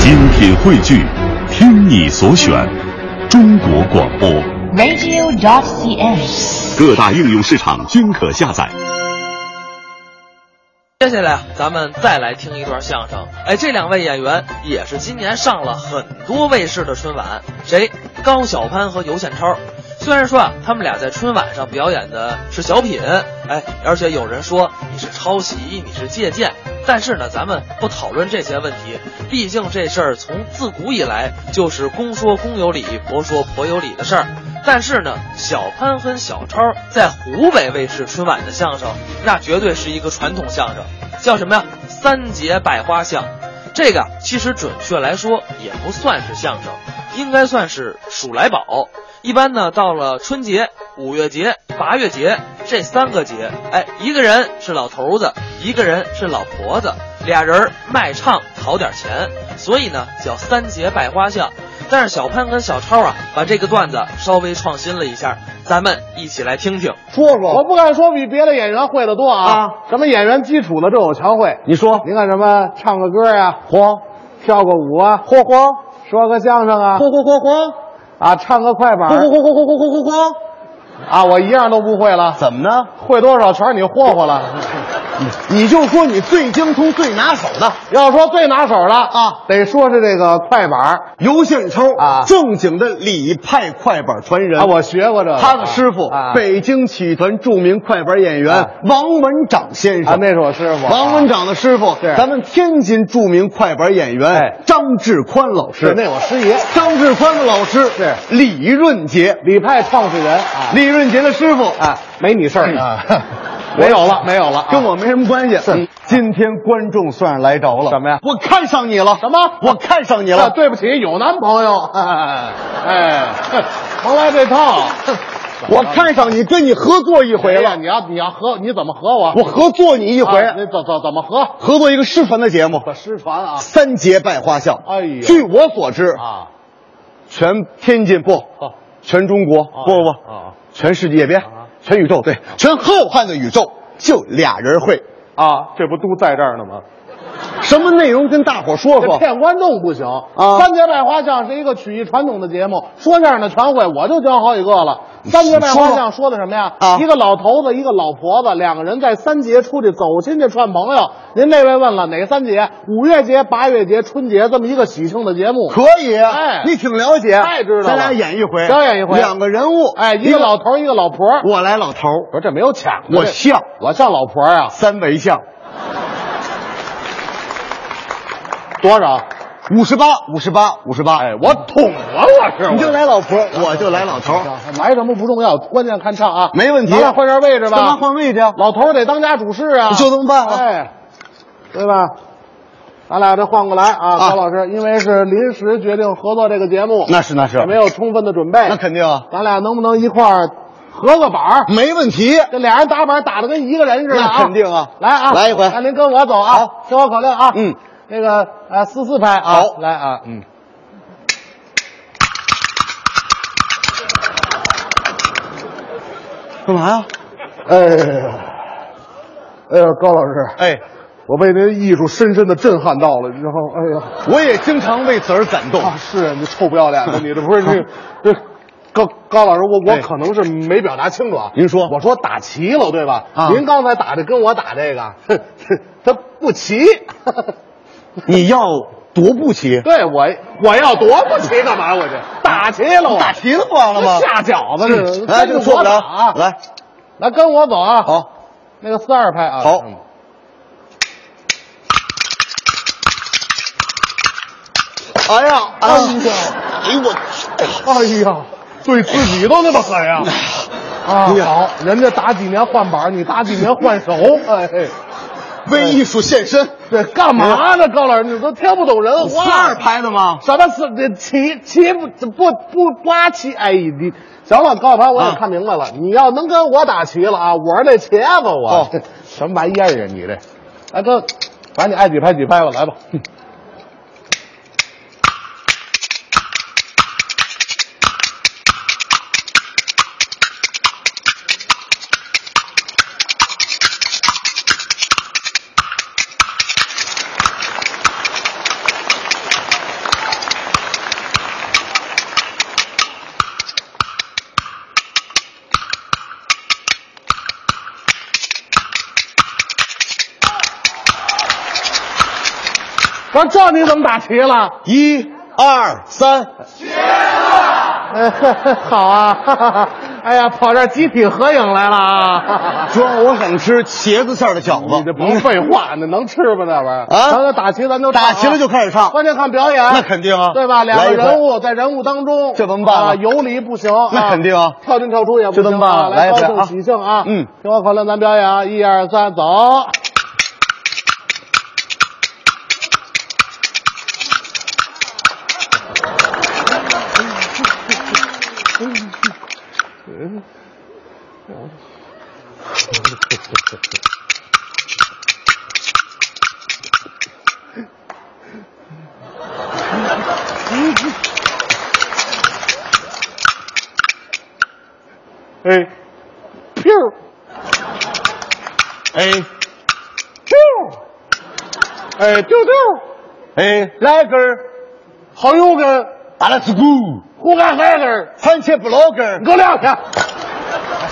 精品汇聚，听你所选，中国广播。 radio.cn。各大应用市场均可下载。接下来咱们再来听一段相声。哎，这两位演员也是今年上了很多卫视的春晚，谁？高晓攀和尤宪超。虽然说啊，他们俩在春晚上表演的是小品，哎，而且有人说你是抄袭，你是借鉴，但是呢，咱们不讨论这些问题，毕竟这事儿从自古以来就是公说公有理，婆说婆有理的事儿。但是呢，小潘和小超在湖北卫视春晚的相声，那绝对是一个传统相声，叫什么呀？三节百花巷。这个其实准确来说也不算是相声，应该算是数来宝。一般呢，到了春节、五月节、八月节这三个节，哎，一个人是老头子，一个人是老婆子，俩人卖唱讨点钱，所以呢叫三节百花巷。但是小潘跟小超啊，把这个段子稍微创新了一下，咱们一起来听听。说说，我不敢说比别的演员会的多啊，哦啊咱们演员基础的这有全会。你说，您看什么唱个歌呀、慌，跳个舞啊，慌慌，说个相声啊慌，慌慌慌，啊，唱个快板慌儿慌慌慌慌慌慌慌，啊，我一样都不会了，怎么呢？会多少全是你霍霍 了。你就说你最精通、最拿手的要说最拿手的啊，得说是这个快板儿尤宪超啊正经的礼派快板传人啊，我学过这个，他的师傅，啊北京曲艺团著名快板演啊员王文长先啊，生。那是我师傅王文长的师傅是咱们天津著名快板演员哎张志宽老是师。那我师爷，张志宽老师是李润杰，李派创始人啊，李润杰的师傅啊，没你事儿啊， 没有了，没有了，啊跟我没什么关系。嗯是今天观众算是来着了。什么呀我看上你了。什么我看上你啊了。对不起，有男朋友， 哎，甭来这 套。我看上你，跟你合作一回回了，了。哎你要你要和你怎么和我？我合作你一一回，那怎怎怎么和？合作一个师传的节目我《失传啊！三节拜花笑》。哎呦据我所知，啊，全天津不哦，全中国哦不不不哦哦，全世界别啊，全宇宙对，全浩瀚的宇宙就俩人会。啊，这不都在这儿呢吗？什么内容跟大伙说这说？骗观众不行啊三节百花巷是一个曲艺传统的节目，说相声的全会，我就教好几个了。三节百花巷说的什么呀？啊一个老头子，一个老婆子，两个人在三节出去走亲戚串朋友。您那位问了哪三节？五月节、八月节、春节这么一个喜庆的节目。可以，啊哎你挺了解，太知道了咱俩演一回，表演一回两个人物，哎，一个老头儿，一个老婆儿。我来老头儿，我这没有抢的，我这像我像老婆儿啊，三围像，多少？五十八，五十八，五十八。哎，我捅了，我是你就来老婆，我就来老头儿，哎埋什么不重要，关键看唱啊，没问题。咱俩换下位置吧，干嘛换位置啊？老头儿得当家主事啊， 就这么办了哎，对吧？咱俩这换过来啊，啊高老师，因为是临时决定合作这个节目，那是那是也，没有充分的准备，那肯定啊，咱俩能不能一块儿合个板儿？没问题。这俩人打板打的跟一个人似的啊！那肯定啊来啊，来一回那您跟我走啊，好听我口令啊，嗯，那个呃四四拍啊，好来啊，嗯，干嘛呀？哎，哎呀，高老师，哎，我被您艺术深深的震撼到了，然后哎呀，我也经常为此而感动。啊，是你臭不要脸的，你这不是你这。高高老师，我我哎可能是没表达清楚啊。您说我说打齐了，对吧？啊您刚才打的跟我打这个，哼哼它不齐。你要多不起， 对我，我要多不齐干嘛？我这打齐了我，打题了不完了吗？下饺子这来，这个错不了啊！来，来跟我走啊！，好，那个四二拍啊，好嗯哎呀，啊哎呀哎呦我去，哎呀，对自己都那么狠呀！啊，哎哎呀好，人家打几年换板，你打几年换手，哎，为艺术献身，这干嘛呢？高老师，你都听不懂人四话。二拍的吗？什么四这齐齐不不不八齐？哎，你行了，高老盘，我也啊看明白了，你要能跟我打齐了啊，我是那茄子，我、啊哦什么玩意儿啊你这？哎哥，把你爱几拍几拍吧，来吧。那这你怎么打齐了？一二三， 哎，呵呵好啊！哈哈哈哎呀，跑这儿集体合影来了啊！哈哈哈主要我想吃茄子馅儿的饺子。 你这甭废话，那能吃吗？那玩意儿啊咱要打齐，咱就唱啊打齐了就开始唱，关键看表演，那肯定啊哎对吧？两来个一回人物在人物当中，这怎么办啊啊有理不行，啊那肯定啊跳进跳出也不行啊，这怎么办啊来来高一回兴啊喜庆啊！嗯，听我口令，咱表演啊！一二三，走！哎，飘儿哎飘儿，哎，丢丢，哎，来根儿，好油根，阿拉斯古胡干海根儿，番茄 blogger 给我亮去！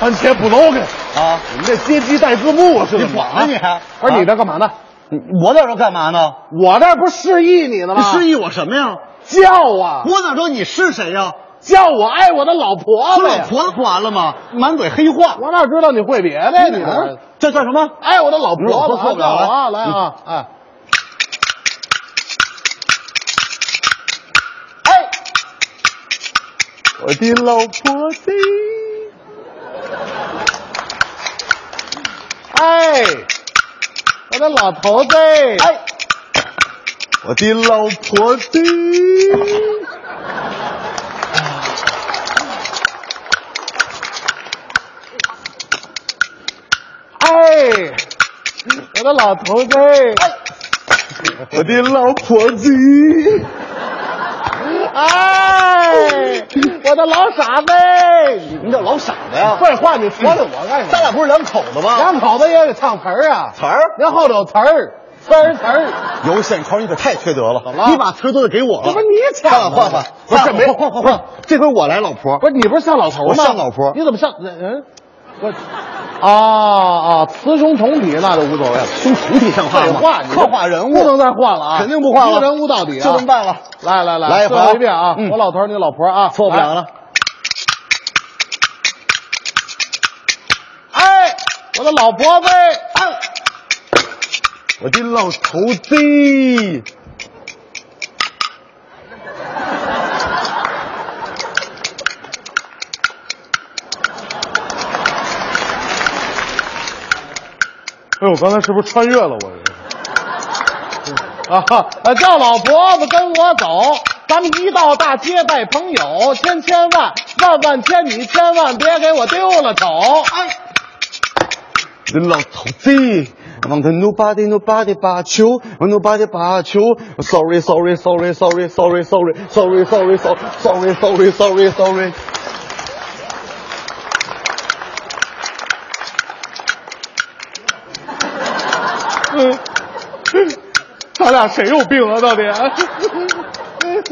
番茄不 l 根，啊，你这接机带字幕是怎么着啊？你管啊你不是你这干嘛呢？我哪知道干嘛呢？我这不是示意你呢吗？你示意我什么呀？叫啊，我哪知道你是谁呀？叫我爱我的老婆我呗。老婆子不完了吗？满嘴黑话。啊我哪知道你会别的？你这这叫什么？爱我的老婆老婆吧错不了嗯叫我啊，来来啊，哎，哎，我的老婆子，哎，我的老头子，哎，哎，我的老婆子，哎，我的老头子，我的老婆子，哎，我的老傻子，你这老傻子呀嗯废话，你说的我干什咱俩么？不是两口子吗？两口子也得唱词儿啊，词儿人后头有词儿，词儿词儿，有线口，你可太缺德了！怎么了你把词儿都得给我了。这不是你抢的换吗换换，不是没换换换换，这回我来，老婆。不是你不是像老头吗？我像老婆你怎么像嗯？我哦哦，雌雄同体那就无所谓了。从主体上废换话，你这刻画人物不能再换了啊！肯定不换了，一人物到底啊！就这么办了。来来来，来一回最啊后一遍啊！嗯我老头儿，你老婆啊，错不了了来。哎，我的老婆呗！哎，我的老头子，哎，我刚才是不是穿越了？我啊，呃叫老婆子跟我走，咱们一到大街拜朋友，千千万万万千，你千万别给我丢了头。哎，我的老头子。Want nobody nobody but you, want nobody but you. Sorry sorry sorry sorry sorry sorry sorry sorry sorry sorry sorry sorry. 咱俩谁有病啊？到 底？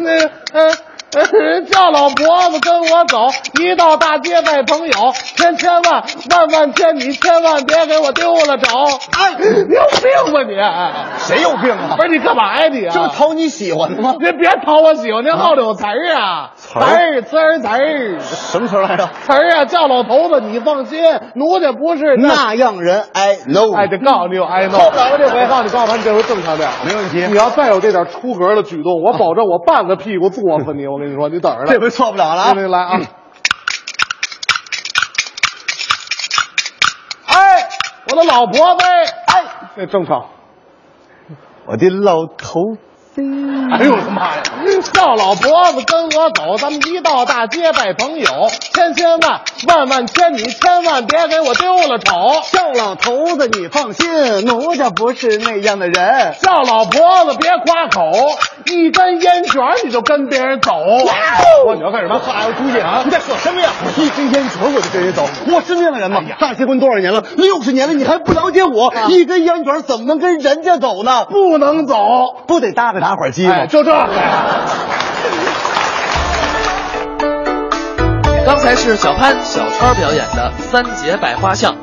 那呃呃，叫老婆子跟我走，一到大街拜朋友，千千万万万千，你千万别给我丢了找。哎，你有病吧 你？谁有病啊不？是你干嘛呀你啊？这不讨你喜欢的吗？您别讨我喜欢，您好里有词儿啊，词儿儿词儿词儿什么词儿来着？词儿啊！叫老头子，你放心，奴家不是那样人 I know。哎，得告诉你有挨闹，错不了了这回告诉你，告诉你这回正常点儿。没问题你要再有这点出格的举动，我保证我半个屁股坐死你！我跟你说，你等着来。这回错不了了啊！来来啊！哎，我的老婆呗！哎，这正常。我的老头子，哎呦我的妈呀！叫老婆子跟我走，咱们一到大街拜朋友，千千万万万千，你千万别给我丢了丑。叫老头子，你放心，奴家不是那样的人。叫老婆子别夸口，一根烟卷儿你就跟别人走。哇，你要干什么？哎呦，姑姐啊，你在说什么呀？我一根烟卷我就跟人走，我是那样的人吗？大结婚多少年了？六十年了，你还不了解我？一根烟卷怎么能跟人家啊走呢？不能走，不得搭配打会儿机吗？哎，就这个呀。刚才是小潘、小超表演的三节百花巷。